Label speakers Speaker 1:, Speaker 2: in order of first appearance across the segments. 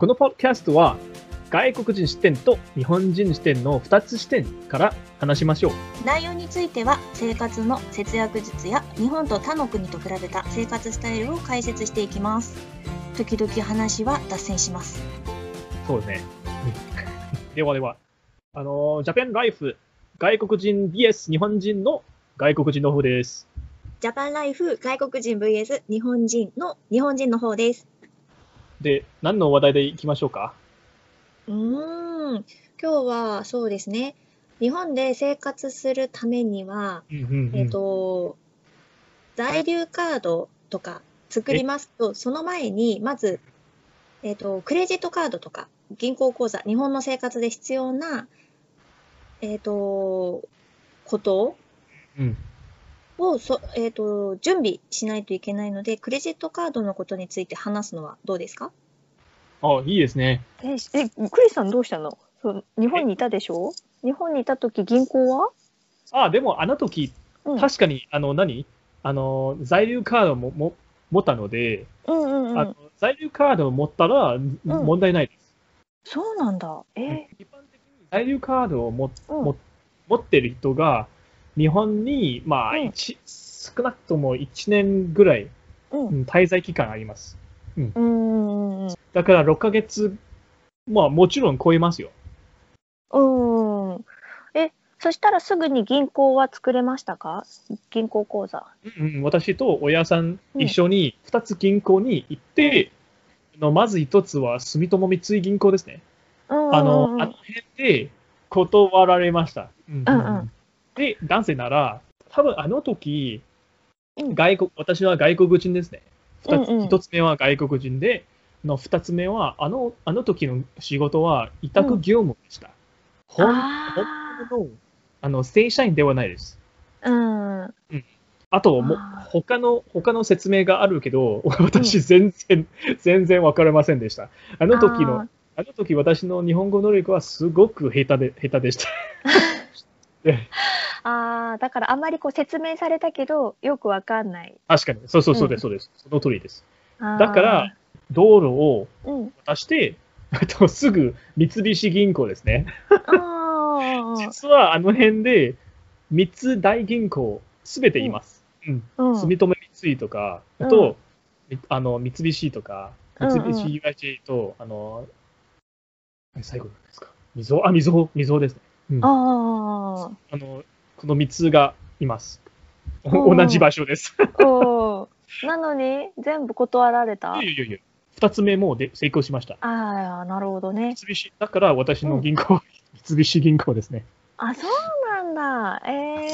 Speaker 1: このポッドキャストは外国人視点と日本人視点の2つ視点から話しましょう。
Speaker 2: 内容については生活の節約術や日本と他の国と比べた生活スタイルを解説していきます時々話は脱線します
Speaker 1: そうね。 うんではでは、あのージャパンライフ、外国人 VS 日本人の外国人の方です。
Speaker 2: ジャパンライフ外国人 VS 日本人の日本人の方です
Speaker 1: で、何の話題でいきましょうか
Speaker 2: うーん今日はそうですね日本で生活するためには、
Speaker 1: うんうんうん
Speaker 2: えっ、と在留カードとか作りますとその前にまず、えっとクレジットカードとか銀行口座日本の生活で必要な、えっとこと
Speaker 1: うん
Speaker 2: をそ、えっと準備しないといけないのでクレジットカードのことについて話すのはどうですか
Speaker 1: あ、いいですね。
Speaker 3: え、しえクリスさんどうしたのそう日本にいたでしょ日本にいた時銀行は
Speaker 1: あ、でもあの時、
Speaker 3: うん
Speaker 1: 確かに、あの、何あのー、在留カードもも持ったので、
Speaker 3: うんうんう
Speaker 1: あの
Speaker 3: ん。
Speaker 1: 在留カードを持ったら問題ないです。
Speaker 3: そうなんだ。え
Speaker 1: 一般的に在留カードを持っ
Speaker 3: ー、うん。
Speaker 1: も持ってる人が、日本に、まあ、
Speaker 3: うん
Speaker 1: 一少なくとも1年ぐらい、
Speaker 3: うん
Speaker 1: うん滞在期間あります。
Speaker 3: うんうんうんうん。
Speaker 1: だから6ヶ月、まあ、もちろん超えますよ。
Speaker 3: うんうん。え、そしたらすぐに銀行は作れましたか銀行口座。
Speaker 1: うんうん私と親さん
Speaker 3: うん
Speaker 1: 一緒に2つ銀行に行って、あのまず1つは住友三井銀行ですね。
Speaker 3: うんうんうん。
Speaker 1: あの、あの辺で断られました。
Speaker 3: うんうん
Speaker 1: で、男性なら、多分あの時、
Speaker 3: うん
Speaker 1: 外国、私は外国人ですね。二つ
Speaker 3: うんうん
Speaker 1: 一つ目は外国人で、の二つ目は、あの、あの時の仕事は委託業務でした。ほん
Speaker 3: あ
Speaker 1: 本当の、あの、正社員ではないです。
Speaker 3: ーうん。
Speaker 1: あと、も
Speaker 3: あー
Speaker 1: 他の、他の説明があるけど、私全然、全然わかりませんでした。あの時の
Speaker 3: あー。
Speaker 1: あの時私の日本語能力はすごく下手で下手でした。
Speaker 3: あーだからあまりこう説明されたけど、よくわかんない。
Speaker 1: 確かに。そうそうそうで
Speaker 3: うん
Speaker 1: す、そうです。その通りです。
Speaker 3: あー
Speaker 1: だから、、道路を
Speaker 3: うん。
Speaker 1: 渡して、あとすぐ三菱銀行ですね。
Speaker 3: あー
Speaker 1: 実はあの辺で三つ大銀行すべています。うん。
Speaker 3: うん
Speaker 1: 住友三井とか、あと、みあの三菱とか、
Speaker 3: うん
Speaker 1: 三
Speaker 3: うん
Speaker 1: 菱 UIJ と、あの、え最後なんですか。みぞあ、みぞみぞですね。
Speaker 3: あ
Speaker 1: あの、この三つがいます。
Speaker 3: お
Speaker 1: お
Speaker 3: ー
Speaker 1: 同じ場所です。
Speaker 3: あ。おーなのに、全部断られた。
Speaker 1: いやいやいや、二つ目もで成功しました。
Speaker 3: ああ、なるほどね。
Speaker 1: 三菱、だから私の銀行、三菱銀行ですね。
Speaker 3: あ、そうなんだ。ええ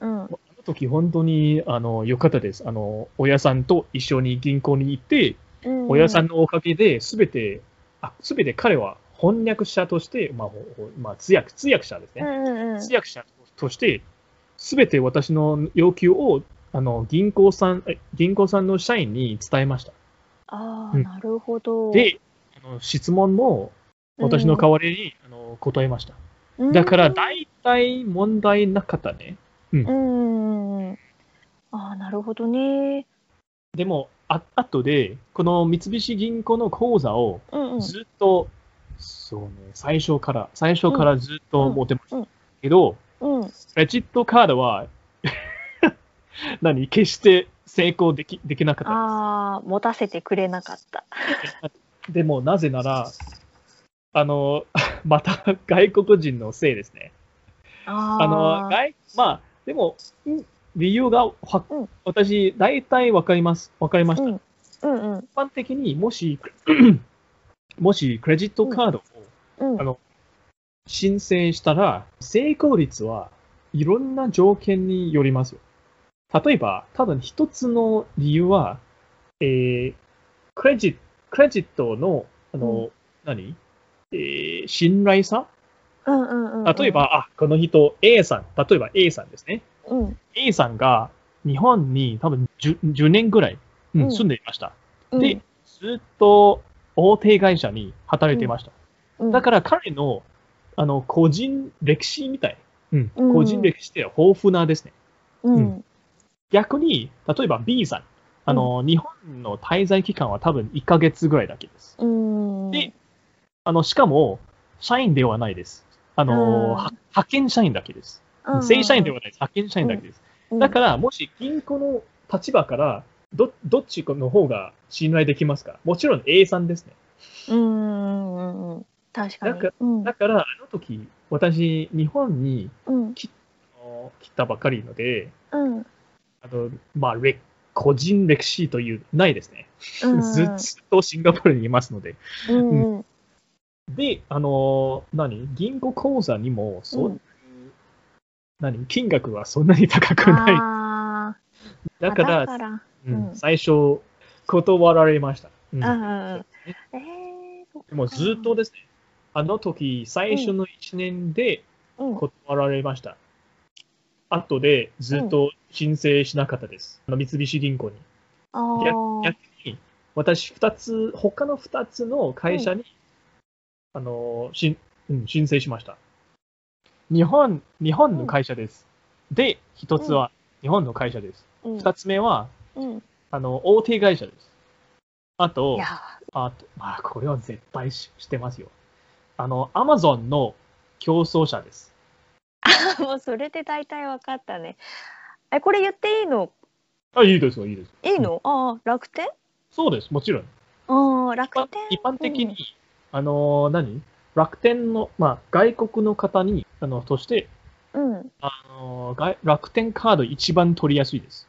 Speaker 3: うん。
Speaker 1: あの時本当にあの良かったです。あの親さんと一緒に銀行に行って、
Speaker 3: うん、
Speaker 1: 親さ
Speaker 3: ん。
Speaker 1: んのおかげで全て、あ全て彼は翻訳者として、まあほほまあ、通訳通訳者です
Speaker 3: う
Speaker 1: ね。
Speaker 3: んうんうん。
Speaker 1: 通訳者として、全て私の要求をあの銀行さんえ銀行さんの社員に伝えました。
Speaker 3: ああ、
Speaker 1: うん
Speaker 3: なるほど。
Speaker 1: で、あの質問も私の代わりに、あの答えました。だから大体問題なかったね。
Speaker 3: うん。うん。ああ、なるほどね。
Speaker 1: でも、あ後で、この三菱銀行の口座を
Speaker 3: うんうん。
Speaker 1: ずっと、そうね、最初から、最初からずっと持ってました。
Speaker 3: うんうん
Speaker 1: けど、
Speaker 3: うん。
Speaker 1: クレジットカードは、 何決して成功できできなかった
Speaker 3: ああ、持たせてくれなかった。
Speaker 1: です。でも、なぜなら、あの、 また外国人のせいですね。
Speaker 3: ああ。
Speaker 1: あの、外まあ、でも、うん理由がわ、
Speaker 3: うん
Speaker 1: 私、大体わかります。わかりました。
Speaker 3: うん。うんうん
Speaker 1: 一般的にもし、 もしクレジットカードを
Speaker 3: うん。
Speaker 1: あの申請したら、成功率はいろんな条件によりますよ。例えば、多分一つの理由は、えークレジット、クレジットの、あの、
Speaker 3: う
Speaker 1: 何えー信頼さ
Speaker 3: うんうんうん。
Speaker 1: 例え。ば、あ、この人 A さん、例えば A さんですね。
Speaker 3: うん。
Speaker 1: A さんが日本に多分 10, 10年ぐらい、うん
Speaker 3: うん
Speaker 1: 住んでいました。
Speaker 3: うん
Speaker 1: で、ずっと大手会社に働いていました。
Speaker 3: うん、
Speaker 1: だから彼のあの個人歴史みたい、うん
Speaker 3: うん
Speaker 1: 個人歴史って豊富なですね。
Speaker 3: ら、うん。
Speaker 1: 逆に、例えば B さん、あの日本の滞在期間は多分1ヶ月ぐらいだけです。
Speaker 3: うん。
Speaker 1: あの、しかも、社員ではないです。あ
Speaker 3: うん、
Speaker 1: の、は派遣社員だけです。正社員ではないです。派遣社員だけです。だからら、もし銀行の立場から、ど、どっちの方が信頼できますかもちろん A さんですね。
Speaker 3: うんうんうん、確かに。
Speaker 1: だから
Speaker 3: うん
Speaker 1: だから、あの時、私、日本に
Speaker 3: うん
Speaker 1: あの来たばかりので、
Speaker 3: うん
Speaker 1: あの、まあ、れ個人歴史という、ないですね。
Speaker 3: うん
Speaker 1: ずっとシンガポールにいますので。
Speaker 3: うんうん
Speaker 1: で、あの、何銀行口座にも、そう、
Speaker 3: うん
Speaker 1: 何金額はそんなに高くない。
Speaker 3: あー
Speaker 1: だか
Speaker 3: あだ
Speaker 1: ら、
Speaker 3: から
Speaker 1: うん
Speaker 3: うん
Speaker 1: 最初、断られました。うん
Speaker 3: うんうんうんえーそっ
Speaker 1: でもずっとですね、あの時、最初の1年で
Speaker 3: うん
Speaker 1: 断られました。後でずっと申請しなかったです。あの三菱銀行に。
Speaker 3: あー
Speaker 1: 逆に、私2つ、他の2つの会社に、あの、しんうん、申請しました。日本、日本の会社です。で、1つは日本の会社です。
Speaker 3: うん
Speaker 1: 2つ目は、
Speaker 3: うん
Speaker 1: あの、大手会社です。あと
Speaker 3: い、や
Speaker 1: あと、まあ、これは絶対ししてますよ。あの、アマゾンの競争者です。
Speaker 3: ー もうそれで大体分かったね。えこれ言っていいの
Speaker 1: あ、いいですよ、いいですよ。
Speaker 3: いいのああ楽天
Speaker 1: そうです、もちろん。
Speaker 3: ああ楽
Speaker 1: まあ
Speaker 3: 天
Speaker 1: 一般的に、
Speaker 3: うん
Speaker 1: あの、何楽天の、まあ、外国の方に、あの、として、
Speaker 3: うん
Speaker 1: あの、外楽天カード一番取りやすいです。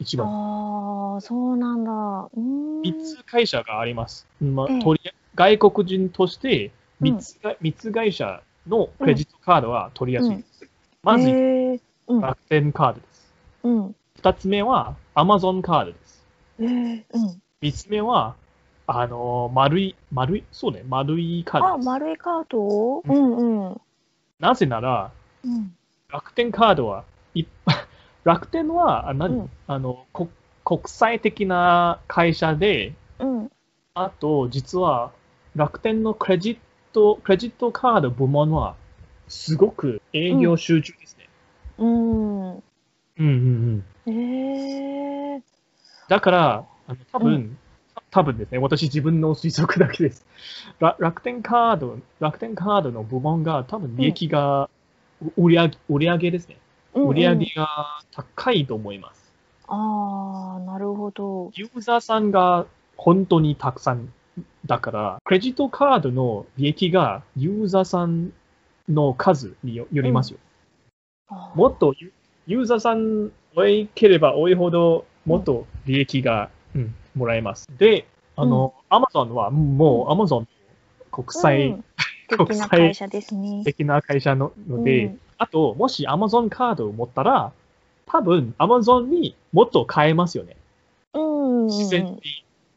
Speaker 1: 一番。
Speaker 3: ああそうなんだうーん
Speaker 1: 三つ会社があります。まあ
Speaker 3: ええ
Speaker 1: 取り外国人として
Speaker 3: うん
Speaker 1: 三つが、三つ会社のクレジットカードは取りやすいです。まず、
Speaker 3: えーうん
Speaker 1: 楽天カードです。
Speaker 3: うん
Speaker 1: 二つ目は Amazon カードです。
Speaker 3: えーうん
Speaker 1: 三つ目は、あの丸い、丸い、そうね、丸いカー
Speaker 3: あ
Speaker 1: ドです。
Speaker 3: 丸いカード
Speaker 1: う
Speaker 3: うんうん
Speaker 1: なぜなら、
Speaker 3: うん
Speaker 1: 楽天カードは、い 楽天は、あ何、
Speaker 3: うん
Speaker 1: あのこ国際的な会社で、
Speaker 3: うん
Speaker 1: あと、実は、楽天のクレジット、クレジットカード部門は、すごく営業集中ですね。
Speaker 3: うん
Speaker 1: うんうんうん。
Speaker 3: えー
Speaker 1: だから、あの多分、
Speaker 3: う
Speaker 1: 多分ですね、私自分の推測だけです。ら楽天カード、楽天カードの部門が多分利益が、売り上げ、売り上げですね。
Speaker 3: うん
Speaker 1: 売り上
Speaker 3: うん
Speaker 1: げが高いと思います。
Speaker 3: ああなるほど
Speaker 1: ユーザーさんが本当にたくさんだから、クレジットカードの利益がユーザーさんの数によよりますよ。
Speaker 3: あー
Speaker 1: もっとユユーザーさん多いければ多いほど、もっと利益が、うん、もらえます。で、あの、アマゾンはもうアマゾン国
Speaker 3: う
Speaker 1: 際
Speaker 3: ん素敵な会社ですね。
Speaker 1: 的な会社のので、
Speaker 3: うん
Speaker 1: あと、もしアマゾンカードを持ったら、多分アマゾンにもっと買えますよね。
Speaker 3: うん
Speaker 1: 自然に。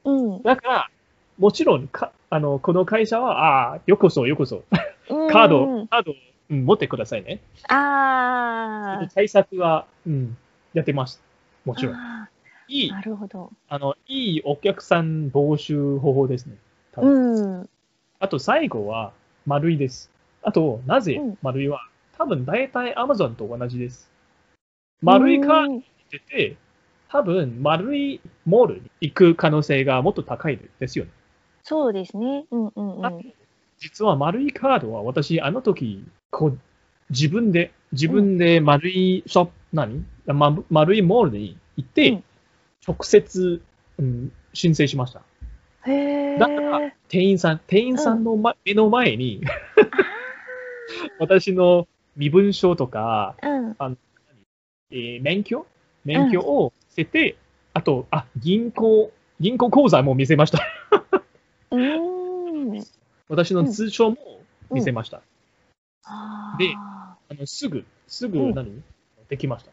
Speaker 3: うん
Speaker 1: だから、もちろんか、あの、この会社は、ああ、よこそ、よこそ、
Speaker 3: うん
Speaker 1: カード、カード、うん、持ってくださいね。
Speaker 3: あー
Speaker 1: 対策は、うん、やってます。もちろん。
Speaker 3: あ
Speaker 1: い
Speaker 3: ー
Speaker 1: い、
Speaker 3: なるほど。
Speaker 1: あの、いいお客さん募集方法ですね。多分
Speaker 3: うん。
Speaker 1: あと、最後は、丸いです。あと、なぜ
Speaker 3: うん
Speaker 1: 丸いは、多分大体 Amazon と同じです。丸いカードに
Speaker 3: うん
Speaker 1: 出て、多分丸いモールに行く可能性がもっと高いですよね。
Speaker 3: そうですね。うんうんう
Speaker 1: あ
Speaker 3: ん。
Speaker 1: 実は丸いカードは私、あの時、こう、自分で、自分で丸いショップ、何ま、丸いモールに行っ
Speaker 3: う
Speaker 1: て
Speaker 3: ん、
Speaker 1: 直接、うん、申請しました。
Speaker 3: へえ。
Speaker 1: だから店員さん、店員さんの、ま目の前に、 私の身分証とか、
Speaker 3: うん。
Speaker 1: えー免許免許を見せて、あと、あ、銀行、銀行口座も見せました。
Speaker 3: うん。
Speaker 1: 私の通帳も見せました。
Speaker 3: あー
Speaker 1: であのすぐ、すぐ
Speaker 3: う
Speaker 1: 何
Speaker 3: ん、
Speaker 1: できました。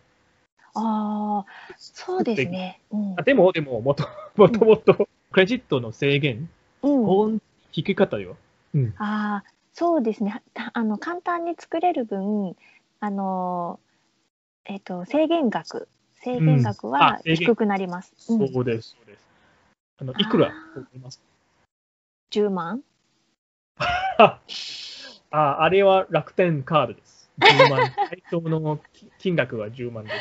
Speaker 3: あー、そうですね。うん
Speaker 1: あ。でも、でも、もともともと、クレジットの制限、
Speaker 3: うん、
Speaker 1: 本、低かったよ。
Speaker 3: ああ、そうですね。たあの簡単に作れる分、あのーえっ、と制限額、制限額
Speaker 1: あ
Speaker 3: は
Speaker 1: 制限
Speaker 3: 低くなります。うん
Speaker 1: そうです、そうです。あの、いくら
Speaker 3: あー
Speaker 1: 思います
Speaker 3: 10万。
Speaker 1: かあ、あれは楽天カードです。10万。 対象の金金額は10万です。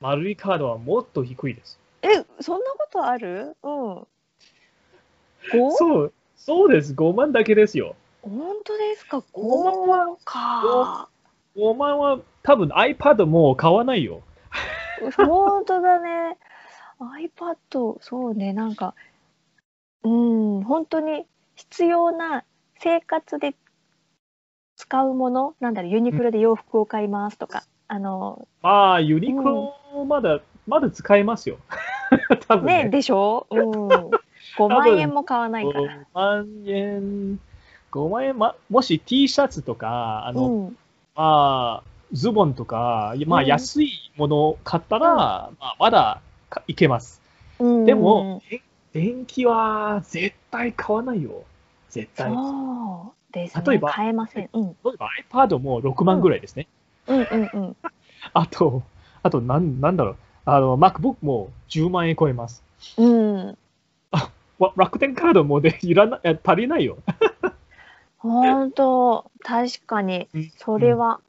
Speaker 1: 丸いカードはもっと低いです。
Speaker 3: え、そんなことある？うん。五？
Speaker 1: そう、そうです、5万だけですよ。
Speaker 3: 本当ですか ?5 万か。
Speaker 1: 5万は多分 iPad もう買わないよ。
Speaker 3: 本当だね。iPad、そうね、なんか、うん、本当に必要な生活で使うもの、なんだろう、ユニクロで洋服を買いますとか、あの、
Speaker 1: まあ、ユニクロまだ、まだ使えます よ。多分
Speaker 3: ね、
Speaker 1: ね。
Speaker 3: でしょ うん。5万円も買わないから。
Speaker 1: 5万円、5万円、ま、もし T シャツとか、あ
Speaker 3: う
Speaker 1: の、
Speaker 3: ん。
Speaker 1: まあ、ズボンとか、まあ、
Speaker 3: うん
Speaker 1: 安いものを買ったら、まあ、まだかいけます。
Speaker 3: うん
Speaker 1: でも、で電気は絶対買わないよ。絶対。
Speaker 3: そうですね。
Speaker 1: 例えば
Speaker 3: 買えません。うん。
Speaker 1: 例えば iPad も6万ぐらいですね。
Speaker 3: うんうんうん。
Speaker 1: あと、あとなん、なんだろう。あの、MacBook も10万円超えます。
Speaker 3: うん。
Speaker 1: わ楽天カードもでいらな、え足りないよ。
Speaker 3: 本当、確かに、それは。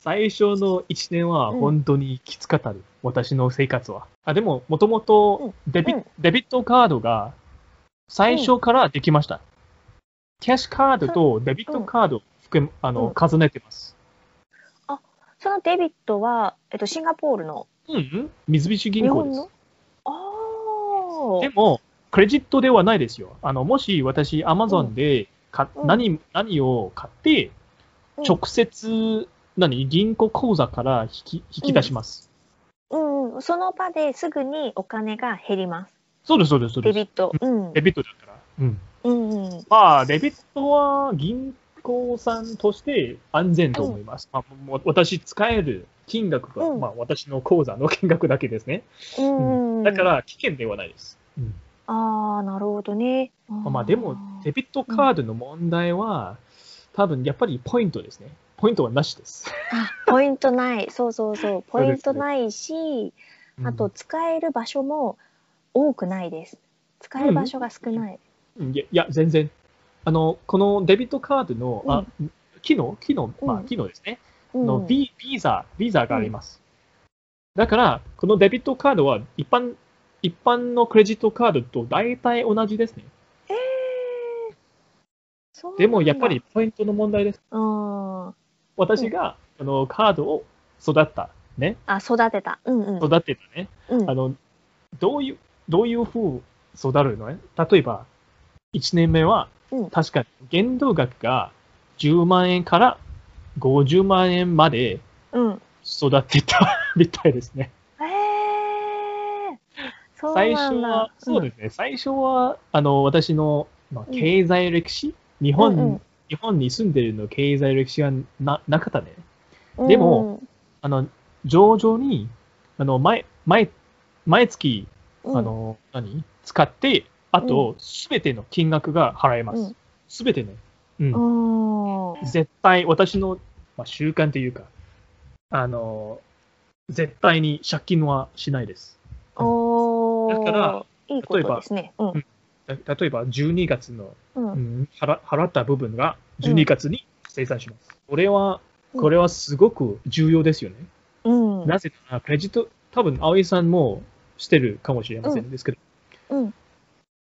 Speaker 1: 最初の1年は
Speaker 3: うん
Speaker 1: 本当にきつかったる、私の生活は。あでも、もともとデビ、
Speaker 3: うん
Speaker 1: デビットカードが最初からできました。キャッシュカードとデビットカードを含め、あの、重ねてます。
Speaker 3: そのデビットは、えっと、シンガポールの、
Speaker 1: うん、うん、三菱
Speaker 3: 日
Speaker 1: 銀行
Speaker 3: 本
Speaker 1: です
Speaker 3: の。。ああ。
Speaker 1: でも、クレジットではないですよ。あの、もし私、アマゾンでか、
Speaker 3: うん
Speaker 1: 何、何を買って
Speaker 3: うん、
Speaker 1: 直接、何、銀行口座から引き、引き出します。
Speaker 3: うんうん、その場ですぐにお金が減ります。
Speaker 1: そうです、そうです、そう
Speaker 3: デ
Speaker 1: で
Speaker 3: ビ
Speaker 1: す。
Speaker 3: ット。うん。
Speaker 1: デビットだったら。うん。
Speaker 3: うんうん。
Speaker 1: まあ、デビットは銀行さんとして安全と思います。まあ、もう私、使える金額が、
Speaker 3: うん
Speaker 1: まあ、私の口座の金額だけですね。
Speaker 3: うんうん。
Speaker 1: だか。ら、危険ではないです。
Speaker 3: ああ、なるほどね。
Speaker 1: まあ、でも、デビ
Speaker 3: ビ
Speaker 1: ットカードの問題は、多分、やっぱりポイントですね。ポイントはなしです。
Speaker 3: ポイントない。そうそうそう。ポイン
Speaker 1: そ
Speaker 3: ト
Speaker 1: うですね
Speaker 3: ないし、あ
Speaker 1: う
Speaker 3: と
Speaker 1: ん、
Speaker 3: 使える場所も多くないです。使える場所が少ない。
Speaker 1: うんいや、いや全然。あの、このデビットカードの、あ、機能機能、ま
Speaker 3: う
Speaker 1: あ、
Speaker 3: ん
Speaker 1: 機能ですね。
Speaker 3: うん
Speaker 1: のビビザ、ビザがあります。だから、このデビットカードは一般、一般のクレジットカードと大体同じですね。
Speaker 3: えーそうなんだ
Speaker 1: でも、やっぱり。ポイントの問題です。
Speaker 3: うん。あ、
Speaker 1: 私が、あの、カードを育った、ね、
Speaker 3: 育てた。うんうん。
Speaker 1: 育てたね。
Speaker 3: うん
Speaker 1: あの、どういう、どういう風に育るのね。例えば、1年目は
Speaker 3: うん、
Speaker 1: 確かに限度額が10万円から50万円まで
Speaker 3: うん。
Speaker 1: 育ってたみたいですね。
Speaker 3: えーそう
Speaker 1: 最
Speaker 3: な
Speaker 1: 初
Speaker 3: ん
Speaker 1: は
Speaker 3: だ、。
Speaker 1: そうですね。最初は、あの、私の、まあ、
Speaker 3: うん
Speaker 1: 経済歴史、日本、
Speaker 3: うんうん
Speaker 1: 日本に住んでるの経済歴史がななかったね。
Speaker 3: うん
Speaker 1: でも、あの、徐々に、あの、毎、毎、毎月
Speaker 3: うん
Speaker 1: あ、の、何使って、あと、すべての金額が払えま
Speaker 3: うん
Speaker 1: す。すべてね。うん
Speaker 3: う。ん。
Speaker 1: 絶対、私の、まあ、習慣というか、あの、絶対に借金はしないです。
Speaker 3: おー
Speaker 1: だから、
Speaker 3: いいことですね。うん。
Speaker 1: た例えば、12月の、
Speaker 3: うん
Speaker 1: う。ん、払払った部分が12月に生産します。これは、
Speaker 3: うん
Speaker 1: これはすごく重要ですよね。
Speaker 3: うん。
Speaker 1: なぜなら、クレジット、多分、葵さんもしてるかもしれませんですけど、
Speaker 3: うん。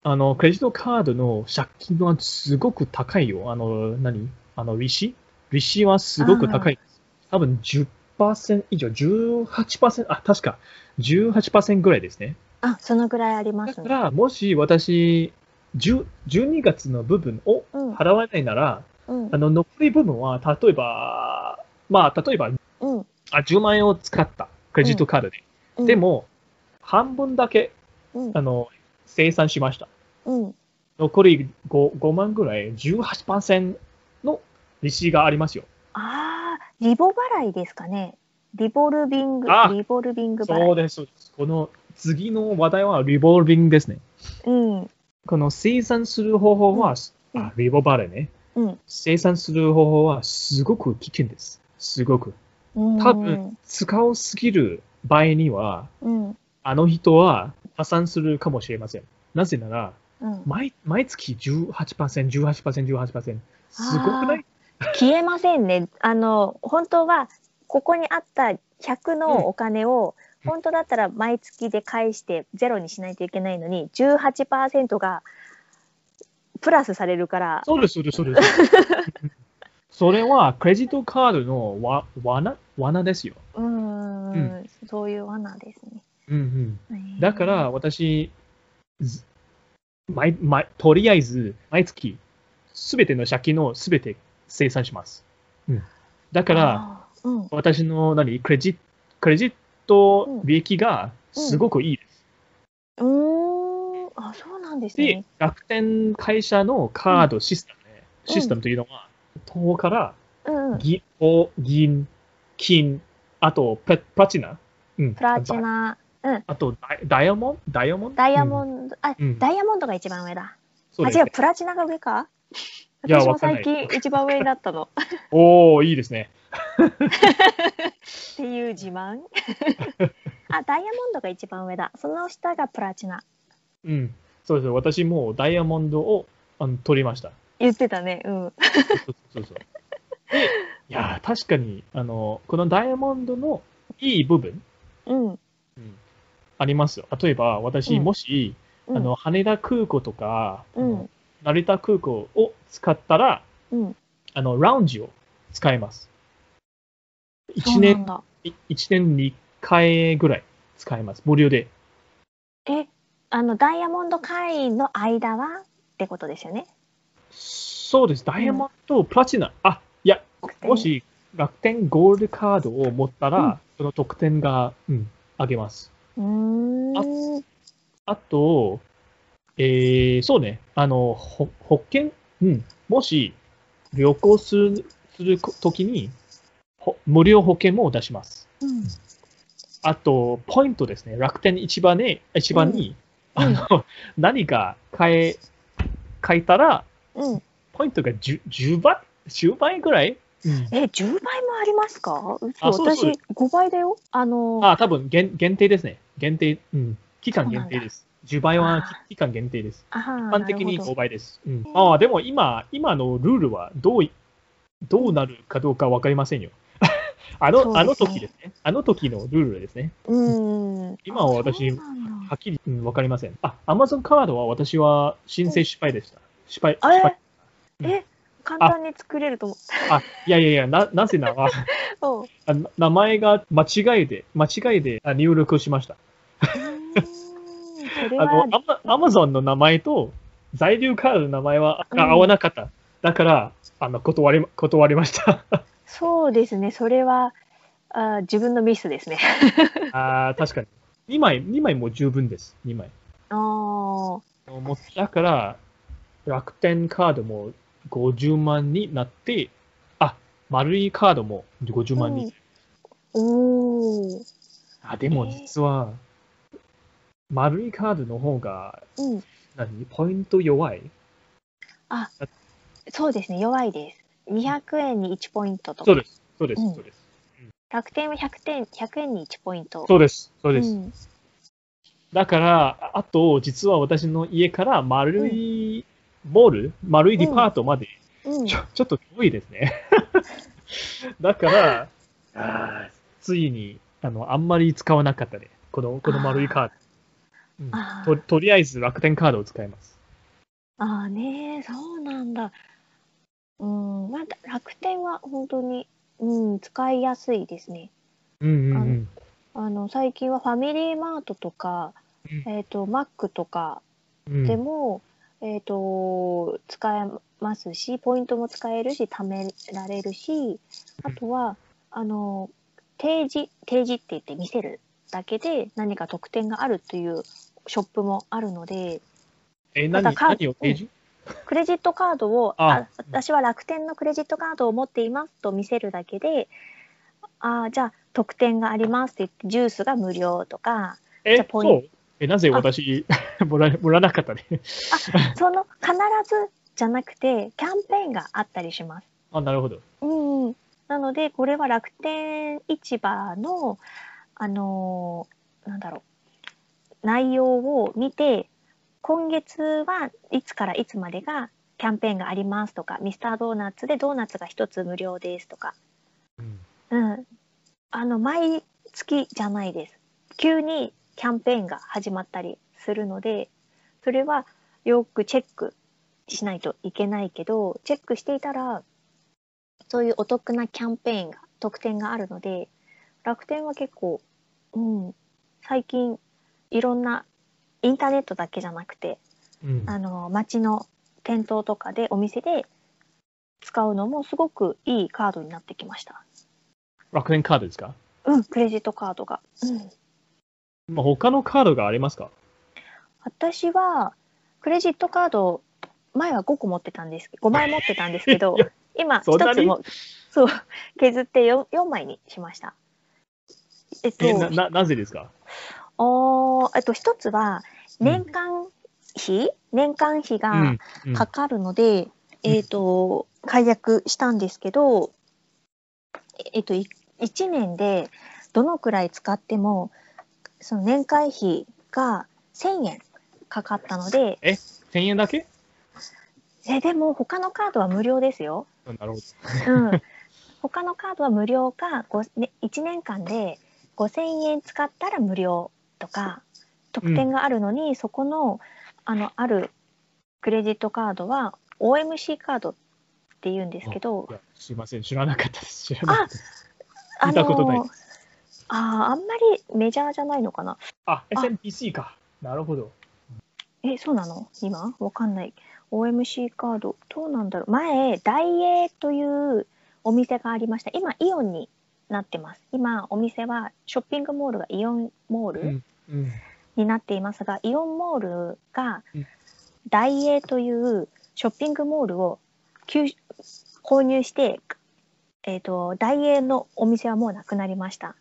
Speaker 1: あの、クレジットカードの借金はすごく高いよ。あの、何あの、利子利子はすごく高いです。多分10%以上、18%、あ、確か18%ぐらいですね。
Speaker 3: あ、そのぐらいありま
Speaker 1: だか
Speaker 3: すね。
Speaker 1: ら、もし私、10 12月の部分を
Speaker 3: うん。
Speaker 1: 払わないなら、
Speaker 3: うん
Speaker 1: あ。の、残り部分は、例えば、まあ、例えば、
Speaker 3: うん
Speaker 1: あ10万円を使った、クレジットカードで。
Speaker 3: うん。
Speaker 1: でも、半分だけ、
Speaker 3: うん、
Speaker 1: あの、生産しました。
Speaker 3: うん。
Speaker 1: 残り 5, 5万ぐらい、18%の利子がありますよ。
Speaker 3: あー、リボ払いですかね。リボルビング
Speaker 1: あ、
Speaker 3: リボルビング
Speaker 1: そ
Speaker 3: 払
Speaker 1: う
Speaker 3: い。
Speaker 1: です、そうです。この次の話題はリボルビングですね。
Speaker 3: うん。
Speaker 1: この生産する方法は、
Speaker 3: うん
Speaker 1: あリボバレね。
Speaker 3: うん。
Speaker 1: 生産する方法はすごく危険です。すごく。
Speaker 3: うん。
Speaker 1: 多分、使うすぎる場合には、
Speaker 3: うん。うん。
Speaker 1: あの人は破産するかもしれません。なぜなら、
Speaker 3: うん。
Speaker 1: 毎毎月18%、18%、18%。すごくない
Speaker 3: 消えませんね。あの、本当は、ここにあった100のお金を、
Speaker 1: うん
Speaker 3: 本当だったら毎月で返してゼロにしないといけないのに、18%がプラスされるから、
Speaker 1: そうです、そうです、そう です。それは、クレジットカードのわ罠罠ですよ。
Speaker 3: うーん、
Speaker 1: うん
Speaker 3: そういう罠ですね。
Speaker 1: うんうん。
Speaker 3: えー
Speaker 1: だか、ら私、ず毎毎とりあえず毎月、すべての借金をすべて生産します。うん、だから、
Speaker 3: あー、うん、
Speaker 1: 私の何クレジクレジット利益がすごくいいです。
Speaker 3: うーん、あ、そうなんです
Speaker 1: で
Speaker 3: ね。、
Speaker 1: 楽天会社のカードシステムね、
Speaker 3: うん
Speaker 1: システムというのは、糖から
Speaker 3: うん、プ
Speaker 1: 銀、お銀、金、あとププラチナ、うん、
Speaker 3: ラチ
Speaker 1: ダイ
Speaker 3: ナ、
Speaker 1: あとダイダイヤモンダイヤモン
Speaker 3: ダイヤ
Speaker 1: ン、
Speaker 3: モンド、あ、
Speaker 1: うん
Speaker 3: ダイヤモンドが一番上だ。
Speaker 1: そう
Speaker 3: あ、
Speaker 1: です
Speaker 3: 違
Speaker 1: ね
Speaker 3: う、プラチナが上か
Speaker 1: いや
Speaker 3: 私も
Speaker 1: わかんな
Speaker 3: 最
Speaker 1: い
Speaker 3: 近一番上になったの。っ
Speaker 1: おおいいですね。
Speaker 3: ていう自慢 あ、ダイヤモンドが一番上だ。その下がプラチナ。
Speaker 1: うん、そうです。私もダイヤモンドをあの取りました。
Speaker 3: 言ってたね。うん。
Speaker 1: そうそう そう。でいやー、確かに、あの、このダイヤモンドのいい部分
Speaker 3: うん。
Speaker 1: ありますよ。例えば、私、
Speaker 3: うん
Speaker 1: もし、
Speaker 3: うん
Speaker 1: あの、羽田空港とか、
Speaker 3: うん。
Speaker 1: 成田空港を使ったら、
Speaker 3: うん。
Speaker 1: あの、ラウンジを使います。
Speaker 3: そ
Speaker 1: 1
Speaker 3: うな
Speaker 1: 年、
Speaker 3: んだ。
Speaker 1: 1年2回ぐらい使います。無料で。
Speaker 3: え、あの、ダイヤモンド会員の間はってことですよね。
Speaker 1: そうです。ダイヤモンド、プラチナ。あ、いや、もし楽天ゴールドカードを持ったら、
Speaker 3: うん
Speaker 1: その特典が、うん、あげます。
Speaker 3: うーん。
Speaker 1: あと、えー、そうね、あの、ほ保険、うん、もし旅行するするときにほ、無料保険も出します。
Speaker 3: うん
Speaker 1: あと、ポイントですね、楽天市場,、ね、市場に、
Speaker 3: うん
Speaker 1: あの何か買え、買えたら、
Speaker 3: うん。
Speaker 1: ポイントが 10, 10倍 ?10 倍ぐらい、うん
Speaker 3: え、10倍もありますか嘘
Speaker 1: あそうそう
Speaker 3: 私5倍だよ。あの、
Speaker 1: あ、多分限限定ですね。限定、うん。期間限定です。10倍は
Speaker 3: あ
Speaker 1: 期間限定です。
Speaker 3: あー
Speaker 1: 一般的に5
Speaker 3: なるほど
Speaker 1: 倍です。うん
Speaker 3: へ、ー
Speaker 1: ああ、でも今、今のルールはどうい、どうなるかどうかわかりませんよ。 あの、
Speaker 3: そうですね
Speaker 1: あの時ですね。あの時のルールですね。
Speaker 3: うん。
Speaker 1: 今は私
Speaker 3: あそうなんだ
Speaker 1: はっきり、うん、わかりません。あ、Amazon カードは私は申請失敗でした。失敗、
Speaker 3: あ
Speaker 1: 失敗。
Speaker 3: え、え、簡単に作れると思
Speaker 1: あ、いやいやいや、な、なぜな ら、
Speaker 3: う。
Speaker 1: あな名前が間違いで、間違いであ入力しました。
Speaker 3: うんそれ
Speaker 1: あの
Speaker 3: は、
Speaker 1: アマゾンの名前と在留カードの名前はあ
Speaker 3: うん
Speaker 1: 合わなかった。だから、あの断り断りました。
Speaker 3: そうですね、それはあ自分のミスですね。
Speaker 1: あー確かに。2枚、2枚もう十分です。2枚。
Speaker 3: あー
Speaker 1: もうだから、楽天カードも50万になって、あ、丸いカードも50万に。
Speaker 3: うんおー
Speaker 1: あ、でも実は、丸いカードの方が、
Speaker 3: うん、
Speaker 1: 何ポイント弱い
Speaker 3: そうですね、弱いです。200円に1ポイントと
Speaker 1: そう
Speaker 3: か、
Speaker 1: です。そうです。
Speaker 3: うん
Speaker 1: そうです。
Speaker 3: 楽天は100点、100円に1ポイント。
Speaker 1: そうです。そうです。
Speaker 3: うん
Speaker 1: だから、ああと、実は私の家から丸いモール、丸いデパートまで、
Speaker 3: うん
Speaker 1: ちょちょっと遠いですね。 だから、あーついにあの、あんまり使わなかったね。このこの丸いカード、うん
Speaker 3: あー
Speaker 1: と。とりあえず楽天カードを使います。
Speaker 3: ああねーそうなんだ。うん、まだ楽天は本当に、うん、使いやすいですね。
Speaker 1: うんうんう
Speaker 3: あ
Speaker 1: ん
Speaker 3: の。あの最近はファミリーマートとか、
Speaker 1: うん
Speaker 3: えっ、と、マックとか、
Speaker 1: うん
Speaker 3: でも、えっ、と、使えますし、ポイントも使えるし、貯められるし、あとは、あの、提示、提示って言って見せるだけで何か特典があるというショップもあるので、
Speaker 1: え
Speaker 3: ま
Speaker 1: 何
Speaker 3: たカード
Speaker 1: 何を提示、
Speaker 3: クレジットカードを、
Speaker 1: あ
Speaker 3: あ私は楽天のクレジットカードを持っていますと見せるだけで、あじゃあ、特典がありますって言って、ジュースが無料とか、
Speaker 1: え
Speaker 3: じゃあポイン
Speaker 1: そうえなぜ私 もらえもらえなかったね。
Speaker 3: その必ずじゃなくて、キャンペーンがあったりします。
Speaker 1: あなるほど。
Speaker 3: うんうん、なのでこれは楽天市場の、あのーなんだろう内容を見て今月はいつからいつまでがキャンペーンがありますとかミスタードーナツでドーナツが1つ無料ですとか、
Speaker 1: うん
Speaker 3: うん、あの毎月じゃないです急にキャンペーンが始まったりするのでそれはよくチェックしないといけないけどチェックしていたらそういうお得なキャンペーンが特典があるので楽天は結構、うん、最近いろんなインターネットだけじゃなくて
Speaker 1: うん
Speaker 3: あの街の店頭とかでお店で使うのもすごくいいカードになってきました。
Speaker 1: 楽天カードですか、
Speaker 3: うん、クレジットカードが。うん、
Speaker 1: まあ、他のカードがありますか
Speaker 3: 私はクレジットカード前は5個持ってたんですけど5枚持ってたんですけ ど今
Speaker 1: そんな
Speaker 3: 1つ
Speaker 1: に
Speaker 3: もそう削って 4, 4枚にしました。えっと
Speaker 1: えなななぜですか
Speaker 3: おーえっと1つは
Speaker 1: うん
Speaker 3: 年間費、年間費
Speaker 1: う
Speaker 3: が
Speaker 1: んうん
Speaker 3: かかるので、えっと解約したんですけどえっとい1年でどのくらい使ってもその年会費が1000円かかったので
Speaker 1: 1000円だけ
Speaker 3: えでも他のカードは無料ですよ。
Speaker 1: なるほど。
Speaker 3: うん、他のカードは無料かごね1年間で5,000円使ったら無料とか特典があるのに、そこのあのあるクレジットカードは OMC カードっていうんですけど
Speaker 1: いやすいません、知らなかったです。知らなかったです。
Speaker 3: あ
Speaker 1: 見たことない
Speaker 3: のあーあんまりメジャーじゃないのかな
Speaker 1: あ、
Speaker 3: あ
Speaker 1: SMPC か。なるほど。
Speaker 3: え、そうなの今わかんない。OMC カード。どうなんだろう前、ダイエーというお店がありました。今、イオンになってます。今、お店は、ショッピングモールがイオンモール
Speaker 1: うん。
Speaker 3: になっていますが、イオンモールが
Speaker 1: うん、
Speaker 3: ダイエーというショッピングモールを吸購入して、えっ、と、ダイエーのお店はもうなくなりました。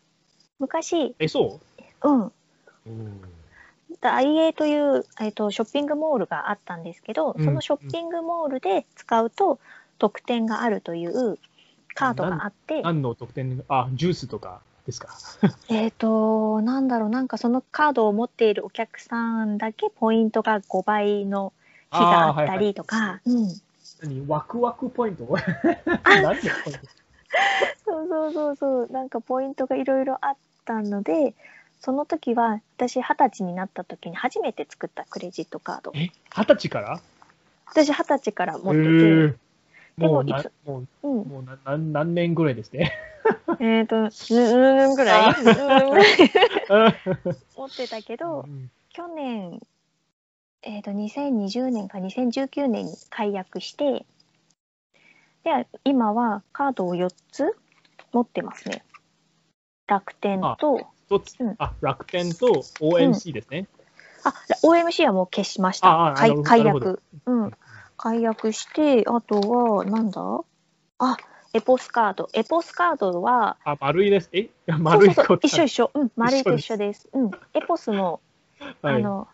Speaker 3: 昔、
Speaker 1: え、そ
Speaker 3: うん、
Speaker 1: う
Speaker 3: ダイエーという、えー、とショッピングモールがあったんですけど、
Speaker 1: うん
Speaker 3: そのショッピングモールで使うと特典があるというカードがあって、
Speaker 1: 何の特典あ、ジュースとかですか。
Speaker 3: えっ、と、なんだろう、なんかそのカードを持っているお客さんだけポイントが5倍の日があ
Speaker 1: ーは
Speaker 3: っ
Speaker 1: いは
Speaker 3: た
Speaker 1: い
Speaker 3: りとか、うん
Speaker 1: 何ワクワクポイント 何でこれ
Speaker 3: そうそうそうそう、なんかポイントがいろいろあったので、その時は私二十歳になった時に初めて作ったクレジットカード。
Speaker 1: え、二十歳から
Speaker 3: 私二十歳から持ってて、
Speaker 1: へー
Speaker 3: でも
Speaker 1: もうない
Speaker 3: つ
Speaker 1: も
Speaker 3: うん
Speaker 1: う、もうな何何年ぐらいですね。
Speaker 3: えっ、ー、と、ぬぬぐら
Speaker 1: あ
Speaker 3: いぬぐ らい持ってたけど、
Speaker 1: うん
Speaker 3: 去年、えっ、と、2020年か2019年に解約して、で、今はカードを4つ持ってますね。楽天と、
Speaker 1: 一つ
Speaker 3: うん
Speaker 1: あ、楽天と OMC ですね。
Speaker 3: あ OMC はもう消しまし
Speaker 1: あ
Speaker 3: た
Speaker 1: あ。なる
Speaker 3: 解
Speaker 1: ほどな
Speaker 3: 解
Speaker 1: るほど
Speaker 3: 約。うん。解約して、あとは、なんだあ、エポスカード。エポスカードは、
Speaker 1: あ、丸いです。え、いや丸い
Speaker 3: そうそうそ
Speaker 1: こ
Speaker 3: う
Speaker 1: と。
Speaker 3: 一緒一緒。うん、丸いと一
Speaker 1: 一
Speaker 3: 緒です。うん。エポスも
Speaker 1: は
Speaker 3: あ
Speaker 1: い
Speaker 3: の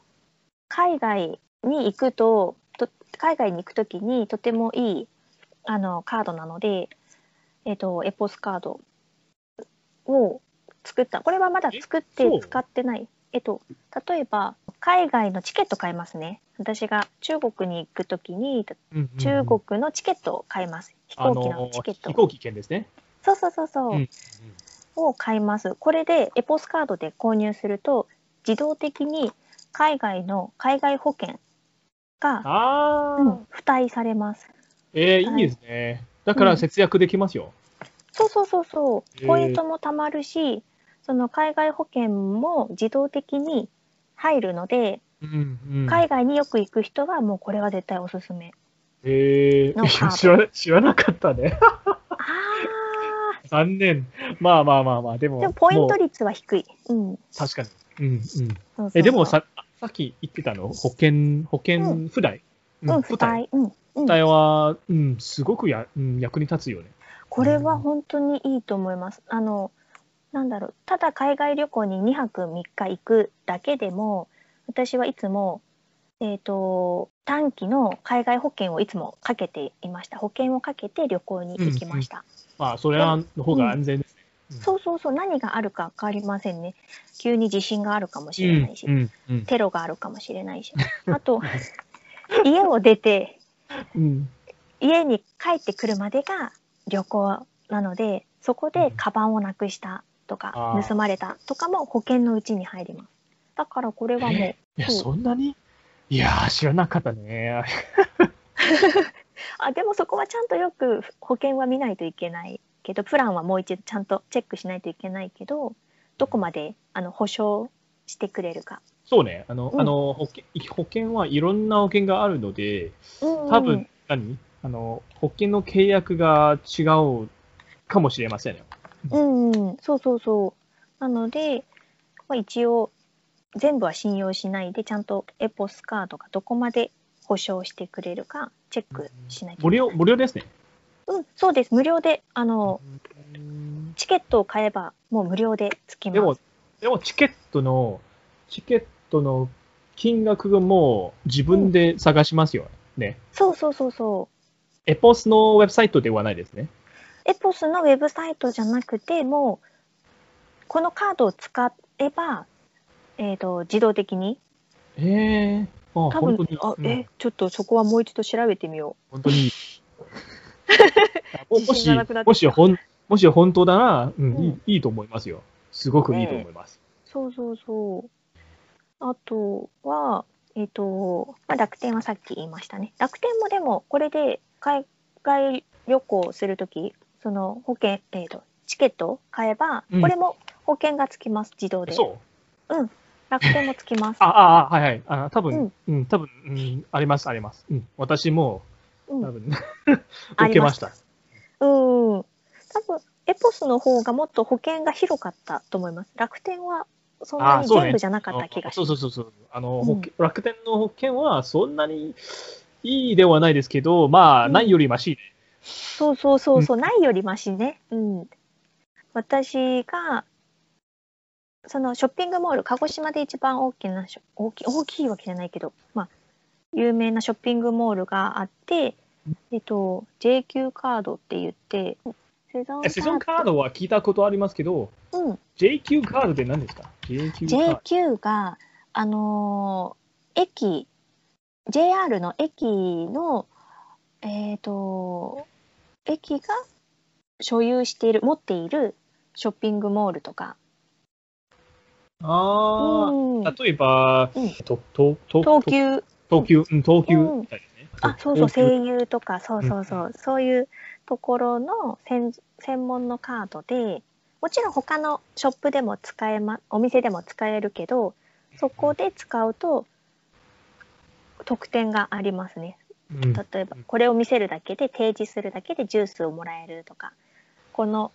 Speaker 3: 海外に行くとと海外に行くときにとてもいいあのカードなので、えっとエポスカードを作ったこれはまだ作って
Speaker 1: えそう
Speaker 3: 使ってないえっと例えば海外のチケット買いますね私が中国に行くときに
Speaker 1: うんうんうん
Speaker 3: 中国のチケットを買います、
Speaker 1: あ
Speaker 3: 飛行機の
Speaker 1: の
Speaker 3: チケット
Speaker 1: 飛行機券ですね。
Speaker 3: そうそうそうそう、
Speaker 1: うん
Speaker 3: を買います。これでエポスカードで購入すると自動的に海外の海外保険が、
Speaker 1: ああ、
Speaker 3: うん付帯されます。
Speaker 1: えーいいですね。だから節約できますよ。
Speaker 3: そうそうそうそ
Speaker 1: へ
Speaker 3: う。
Speaker 1: ー
Speaker 3: ポイントも貯まるし、その海外保険も自動的に入るので、
Speaker 1: うんうん
Speaker 3: 海外によく行く人はもうこれは絶対おすすめ。
Speaker 1: え
Speaker 3: のカード
Speaker 1: ー、知ら知らなかったね。
Speaker 3: あ
Speaker 1: 残念。まあまあまあまあ、でも、
Speaker 3: ーでもポイン
Speaker 1: も
Speaker 3: ト率は低い。うん。
Speaker 1: う確かに。うんうん、
Speaker 3: そうそうそう
Speaker 1: えでも、ささっき言ってたの、保険、保険、普代、う
Speaker 3: う、
Speaker 1: んん
Speaker 3: 付
Speaker 1: 普代
Speaker 3: 帯。うん。うん
Speaker 1: 普代は、うん、すごくや、うん、役に立つよね。
Speaker 3: これは本当にいいと思います。あのなんだろうただ海外旅行に2泊3日行くだけでも私はいつも、えー、と短期の海外保険をいつもかけていました保険をかけて旅行に行きました、
Speaker 1: まあ、それはの方が安全ですね。
Speaker 3: そうそうそう何があるか分かりませんね急に地震があるかもし
Speaker 1: う
Speaker 3: れない
Speaker 1: ん
Speaker 3: し、
Speaker 1: うんうん
Speaker 3: テロがあるかもしれ ないしあと家を出て
Speaker 1: うん
Speaker 3: 家に帰ってくるまでが旅行なのでそこでカバンをなくしたとか、
Speaker 1: あー
Speaker 3: 盗まれたとかも保険のうちに入りますだからこれはもう
Speaker 1: えいや、
Speaker 3: そう
Speaker 1: そんなにいやー、知らなかったね。
Speaker 3: あでもそこはちゃんとよく保険は見ないといけないけどプランはもう一度ちゃんとチェックしないといけないけどどこまであの保証してくれるか。
Speaker 1: そうね、あの、
Speaker 3: うん
Speaker 1: あの保険保険はいろんな保険があるので、多分、何あの保険の契約が違うかもしれませんよ。
Speaker 3: うんうん、そうそうそう。なので、まあ、一応全部は信用しないでちゃんとエポスカードがどこまで保証してくれるかチェックしなきゃ
Speaker 1: 無
Speaker 3: いけない
Speaker 1: 料無料ですね。
Speaker 3: うん、そうです無料であのチケットを買えばもう無料でつき
Speaker 1: で
Speaker 3: ま
Speaker 1: も
Speaker 3: す。、
Speaker 1: でもチケットの、チケットの金額も自分で探しますよね。
Speaker 3: そうそうそうそう。
Speaker 1: エポスのウェブサイトではないですね。
Speaker 3: エポスのウェブサイトじゃなくてもうこのカードを使えば、えー、と自動的に
Speaker 1: へえ。あ、
Speaker 3: 多
Speaker 1: 本当
Speaker 3: 分
Speaker 1: に。
Speaker 3: あ、
Speaker 1: うん
Speaker 3: えちょっとそこはもう一度調べてみよ
Speaker 1: 本当に。も
Speaker 3: 自信がなくなってきた
Speaker 1: し、もしほん、もし本当なら、うん、
Speaker 3: うん
Speaker 1: いい、いいと思いますよ。すごくいいと思います。
Speaker 3: うそうそうそうあとはえっ、と、まあ、楽天はさっき言いましたね楽天もでもこれで海外旅行するときその保険えっ、とチケットを買えば、
Speaker 1: うん
Speaker 3: これも保険がつきます自動で
Speaker 1: そう。
Speaker 3: 楽天もつきます
Speaker 1: あ、あ、あ、はいはい。あ、多分、うん、多分、うん、あります、あります。うん、私も、
Speaker 3: うん
Speaker 1: 多分、
Speaker 3: あ
Speaker 1: 受
Speaker 3: り
Speaker 1: け
Speaker 3: ま
Speaker 1: ま
Speaker 3: し
Speaker 1: したた。
Speaker 3: うん、多分エポスの方がもっと保険が広かったと思います。楽天はそんな
Speaker 1: あ
Speaker 3: に
Speaker 1: そうね
Speaker 3: 全部じゃなかった気がし
Speaker 1: そ
Speaker 3: ま
Speaker 1: う
Speaker 3: す。
Speaker 1: そうそうそうあの、
Speaker 3: うん
Speaker 1: 保険楽天の保険はそんなにいいではないですけど、まあ、
Speaker 3: うん
Speaker 1: ないよりマシ、ね
Speaker 3: そうそうそうそう、ないよりマシね。うん。私が、そのショッピングモール、鹿児島で一番大きなショ大き、大きいわけじゃないけど、まあ、有名なショッピングモールがあって、えっと、JQ カードって言って、セゾン
Speaker 1: セゾンカー
Speaker 3: ド
Speaker 1: ドは聞いたことありますけど、
Speaker 3: うん、
Speaker 1: JQ カードって何ですか ?JQ カード。
Speaker 3: JQ が、あのー駅 JR の駅のえっ、と駅が所有している持っているショッピングモールとか、
Speaker 1: あ
Speaker 3: うん
Speaker 1: あ、例えば、
Speaker 3: うん
Speaker 1: ととと
Speaker 3: 東急
Speaker 1: と東急、うん、東急
Speaker 3: うん
Speaker 1: みたいですね。
Speaker 3: あそうそう
Speaker 1: 東急
Speaker 3: 声優とかそうそうそう、そういうところの専専門のカードでもちろん他のショップでも使え、ま、お店でも使えるけどそこで使うと特典がありますね
Speaker 1: うん
Speaker 3: 例えば
Speaker 1: うん
Speaker 3: これを見せるだけで提示するだけでジュースをもらえるとかこの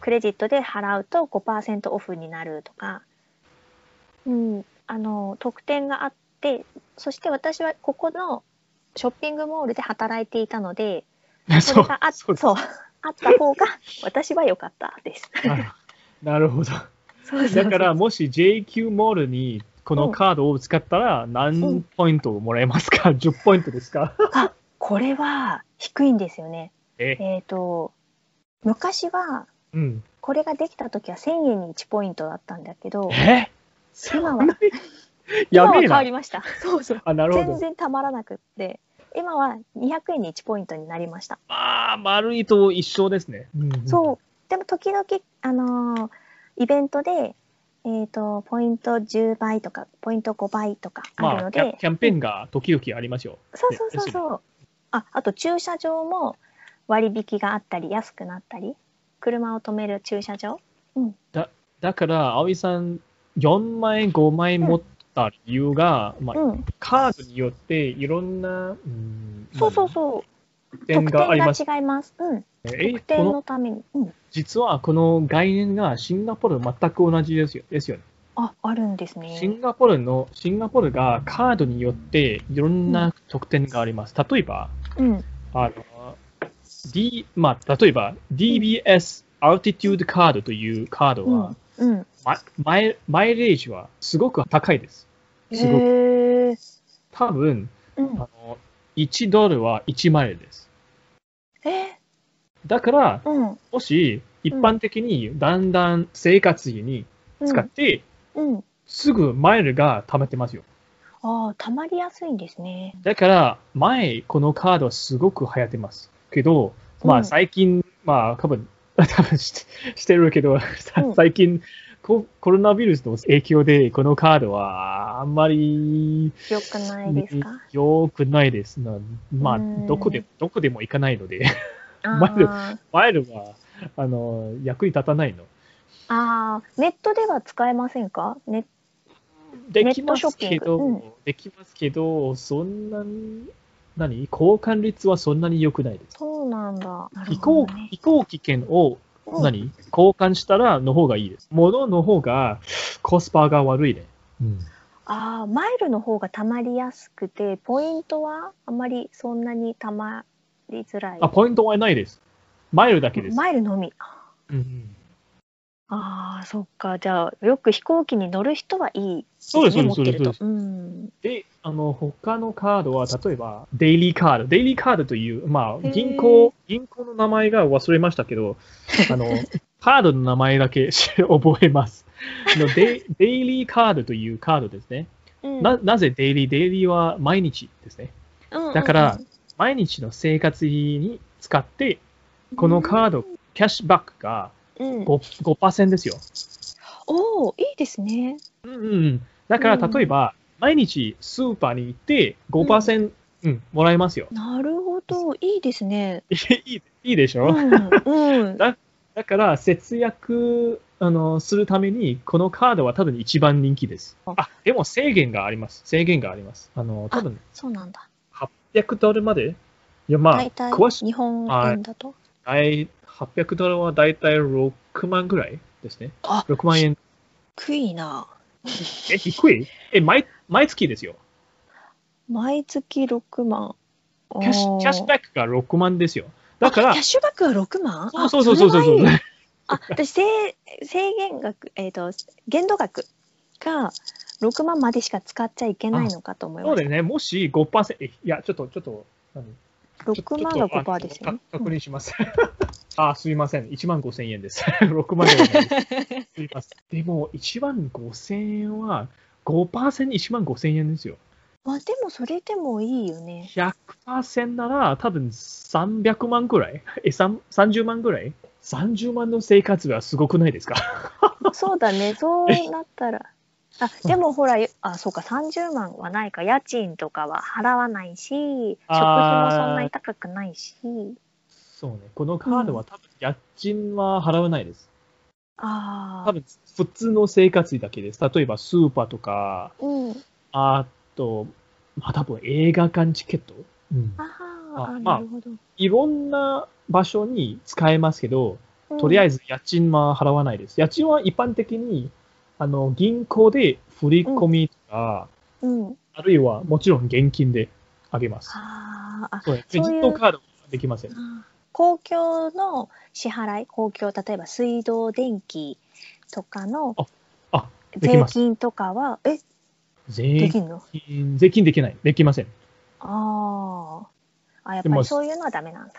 Speaker 3: クレジットで払うと5%オフになるとか、うん、あの特典があってそして私はここのショッピングモールで働いていたので そ
Speaker 1: そ
Speaker 3: れ
Speaker 1: う
Speaker 3: があ
Speaker 1: そう
Speaker 3: そう あった方が私は良かったです。
Speaker 1: あなるほど。
Speaker 3: そうそう
Speaker 1: だから、もし JQ モールにこのカードを使ったら
Speaker 3: うん
Speaker 1: 何ポイントもらえますか、?10 ポイントです か
Speaker 3: これは低いんですよね。
Speaker 1: え、
Speaker 3: えっ、と昔は
Speaker 1: うん。
Speaker 3: これができた時は1000円に1ポイントだったんだ けど
Speaker 1: え
Speaker 3: 今は
Speaker 1: や
Speaker 3: 今は
Speaker 1: べえ
Speaker 3: 変わ
Speaker 1: な
Speaker 3: り。ま した。そうそう。
Speaker 1: あ、なるほ
Speaker 3: 全
Speaker 1: ど。
Speaker 3: 然たまらなくって、今は200円に1ポイントになりました。
Speaker 1: まあ、丸いと一緒ですね。
Speaker 3: そう。でも時々、あのーイベントで、えっ、と、ポイント10倍とか、ポイント5倍とかある
Speaker 1: ま
Speaker 3: の
Speaker 1: あ、
Speaker 3: で、
Speaker 1: キャキャンペーンが時々ありますよ。
Speaker 3: そうそうそうそう。あ、あと駐車場も割引があったり、安くなったり、車を止める駐車場。
Speaker 1: だから、葵さん、4万円、5万円持った理由が、まあ、
Speaker 3: うん。
Speaker 1: カードによっていろんな、うん、
Speaker 3: そうそうそう。
Speaker 1: う
Speaker 3: 特典
Speaker 1: 点があります。
Speaker 3: が違います。うん。
Speaker 1: え
Speaker 3: 特
Speaker 1: こ
Speaker 3: 典
Speaker 1: の
Speaker 3: のために。うん。
Speaker 1: 実はこの概念がシンガポール全く同じですよですよね。
Speaker 3: あ、あるんですね。
Speaker 1: シンガポールの、シンガポールがカードによっていろんな特典があります。例えば、
Speaker 3: うん。
Speaker 1: あの、D、まあ、例えば DBS アルティチュードカードというカード
Speaker 3: う
Speaker 1: は、
Speaker 3: ん。うん。
Speaker 1: まマイマイレージはすごく高いです。すごく。
Speaker 3: へー
Speaker 1: 多分、
Speaker 3: うん
Speaker 1: あ。の、1ドルは1マイルです。
Speaker 3: え
Speaker 1: だから、
Speaker 3: うん。
Speaker 1: もし一般的にだんだん生活費に使って、
Speaker 3: うん。うん、
Speaker 1: すぐマイルが貯めてますよ。
Speaker 3: ああ、たまりやすいんですね。
Speaker 1: だから、前、このカードはすごく流行ってます。けど、ま
Speaker 3: うん
Speaker 1: あ最近、まあ多分、多分してしてるけど、
Speaker 3: うん
Speaker 1: 最近、ココロナウイルスの影響で、このカードはあんまり
Speaker 3: 良くないですか
Speaker 1: 良くないですな。ま
Speaker 3: う
Speaker 1: あ、
Speaker 3: ん
Speaker 1: どこで、どこでも行かないので、
Speaker 3: あ
Speaker 1: 前で
Speaker 3: ー
Speaker 1: マイルは、あの、役に立たないの。
Speaker 3: あーネットでは使えませんかね
Speaker 1: できますけど、
Speaker 3: ネットショッピング
Speaker 1: できますけど、そんなに、何交換率はそんなに良くないです。
Speaker 3: そうなんだなる
Speaker 1: 飛
Speaker 3: ほ
Speaker 1: 行
Speaker 3: どね
Speaker 1: 飛行機券を
Speaker 3: うん
Speaker 1: 何交換したらの方がいいです。物の方がコスパが悪いね。うん、
Speaker 3: ああマイルの方がたまりやすくてポイントはあまりそんなにたまりづらい
Speaker 1: あ、ポイントはないです。マイルだけです。
Speaker 3: マイルのみ
Speaker 1: うんうん
Speaker 3: ああそっかじゃあよく飛行機に乗る人はいい
Speaker 1: そうです、そうです、
Speaker 3: 持
Speaker 1: そ
Speaker 3: っ
Speaker 1: う
Speaker 3: て
Speaker 1: です
Speaker 3: る
Speaker 1: そう
Speaker 3: と
Speaker 1: です。
Speaker 3: うん
Speaker 1: で、あの、他のカードは、例えば、デイリーカード。デイリーカードという、まあ、
Speaker 3: へー
Speaker 1: 銀行、銀行の名前が忘れましたけ ど、あの、カードの名前だけ 覚えます。あのデイデイリーカードというカードですね。
Speaker 3: うん
Speaker 1: な、なぜデイリーデイリーは毎日ですね。
Speaker 3: うん
Speaker 1: だから、毎日の生活に使って、このカード、キャッシュバックが
Speaker 3: うんうん、
Speaker 1: 5%, 5%ですよ。
Speaker 3: おおいいですね
Speaker 1: うんうん。だから、
Speaker 3: うん
Speaker 1: 例えば、毎日スーパーに行って5%、うん、もらえますよ。
Speaker 3: なるほどいいですね
Speaker 1: いい、いいでしょ、
Speaker 3: うんうん
Speaker 1: だだから、節約、あの、するために、このカードは多分一番人気です。あ、でも制限があります。制限があります。あの、多分
Speaker 3: そうなんだ
Speaker 1: 800ドルまでいや、まあ
Speaker 3: 大、体
Speaker 1: 詳しく
Speaker 3: 日本円だと
Speaker 1: ない、800ドルはだいたい6万ぐらいですね。
Speaker 3: あ
Speaker 1: 6万円。
Speaker 3: 低いな
Speaker 1: え、低いえ、毎、毎月ですよ。
Speaker 3: 毎月6万キ
Speaker 1: キャッシュキャッシュバックが6万ですよ。だか
Speaker 3: キャ
Speaker 1: ら
Speaker 3: ッ、シュバックは6万
Speaker 1: そうそうそうそうそう
Speaker 3: あれはいいあ私制制限額、えっと限度額が6万までしか使っちゃいけないのかと思い
Speaker 1: そ
Speaker 3: ま
Speaker 1: う
Speaker 3: し
Speaker 1: ですね。もし5%、えいや、ちょっと、ちょっと、何
Speaker 3: た。6万が5%ですよね。
Speaker 1: か確認します。 あ、すいません。1万5千円です。6万で はないです。すいません。 でも、1万5千円は、5%、1万5千円ですよ。
Speaker 3: うんまあでもそれでもいいよね。
Speaker 1: 100%なら、多分300万ぐらいえ、さん30万ぐらい ?30 万の生活はすごくないですか
Speaker 3: そうだね、そうなったら。あでもほら、あそうか、30万はないか、家賃とかは払わないし、食費もそんなに高くないし、
Speaker 1: そうね。このカードは多分、家賃は払わないです。
Speaker 3: あ
Speaker 1: 多分、普通の生活費だけです。例えば、スーパーとか、
Speaker 3: あ、うん、あ
Speaker 1: あと、まあ多分映画館チケット、うん
Speaker 3: あ
Speaker 1: あ
Speaker 3: あ、
Speaker 1: まあ
Speaker 3: なるほど。
Speaker 1: いろんな場所に使えますけど、とりあ
Speaker 3: ず、
Speaker 1: えず家賃は払わないです。家賃は一般的にあの銀行で振り込みとか、
Speaker 3: うん、
Speaker 1: あるいはもちろん現金であげます。
Speaker 3: あーあ、
Speaker 1: そうです
Speaker 3: そ
Speaker 1: クレ
Speaker 3: ういう
Speaker 1: ジットカードはできません。
Speaker 3: 公共の支払い公共例えば水道電気とかの
Speaker 1: あ、でき
Speaker 3: 税
Speaker 1: ます。
Speaker 3: 金とかはえで
Speaker 1: 税
Speaker 3: きんの
Speaker 1: 金、税金できない。できません。
Speaker 3: あーあやっ
Speaker 1: で
Speaker 3: ぱ
Speaker 1: も
Speaker 3: りそういうのはダメなんだ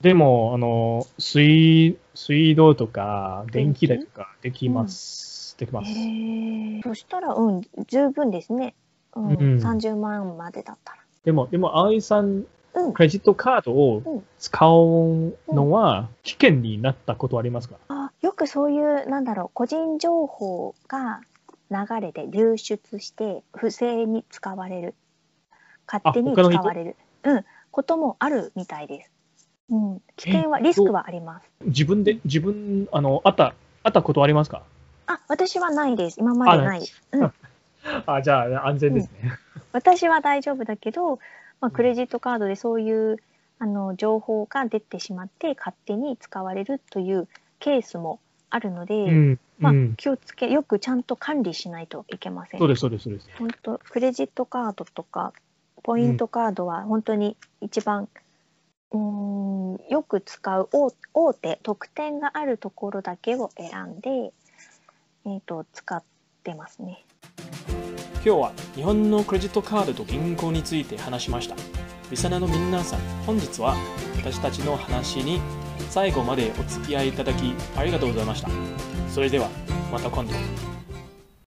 Speaker 1: でも、あの、水、水道とか、電
Speaker 3: 電
Speaker 1: 気
Speaker 3: 気
Speaker 1: 代とか、できます。できます。
Speaker 3: へえそしたらうん十分ですね、う
Speaker 1: う
Speaker 3: ん
Speaker 1: ん
Speaker 3: 30万までだった
Speaker 1: でも、でも、葵さん、
Speaker 3: らうん
Speaker 1: クレジットカードを使うのは危険になったことありますか、
Speaker 3: あよくそういうなんだろう個人情報が流れで流出して不正に使われる勝手に
Speaker 1: 他の
Speaker 3: 使
Speaker 1: 人
Speaker 3: われる、うん、こともあるみたいです、うん、危険は
Speaker 1: え
Speaker 3: リスクはあります
Speaker 1: 自分で、自分、あの、あった、あったことありますか
Speaker 3: あ私はないです今まで
Speaker 1: あな
Speaker 3: ないい
Speaker 1: あ、じゃあ安全ですね。
Speaker 3: 私は大丈夫だけど、
Speaker 1: う
Speaker 3: ま
Speaker 1: ん
Speaker 3: あ、クレジットカードでそういうあの情報が出てしまって勝手に使われるというケースもあるので、
Speaker 1: うん。
Speaker 3: まあ
Speaker 1: うん、
Speaker 3: 気をつけよくちゃんと管理しないといけません
Speaker 1: そうです、そうです、そうです。
Speaker 3: 本当クレジットカードとかポイントカードは本当に一番、うーんよく使う大大手特典があるところだけを選んで、えー、と使ってますね。
Speaker 1: 今日は日本のクレジットカードと銀行について話しました。リサナの皆さん、本日は私たちの話に最後までお付き合いいただきありがとうございました。それでは、また今度。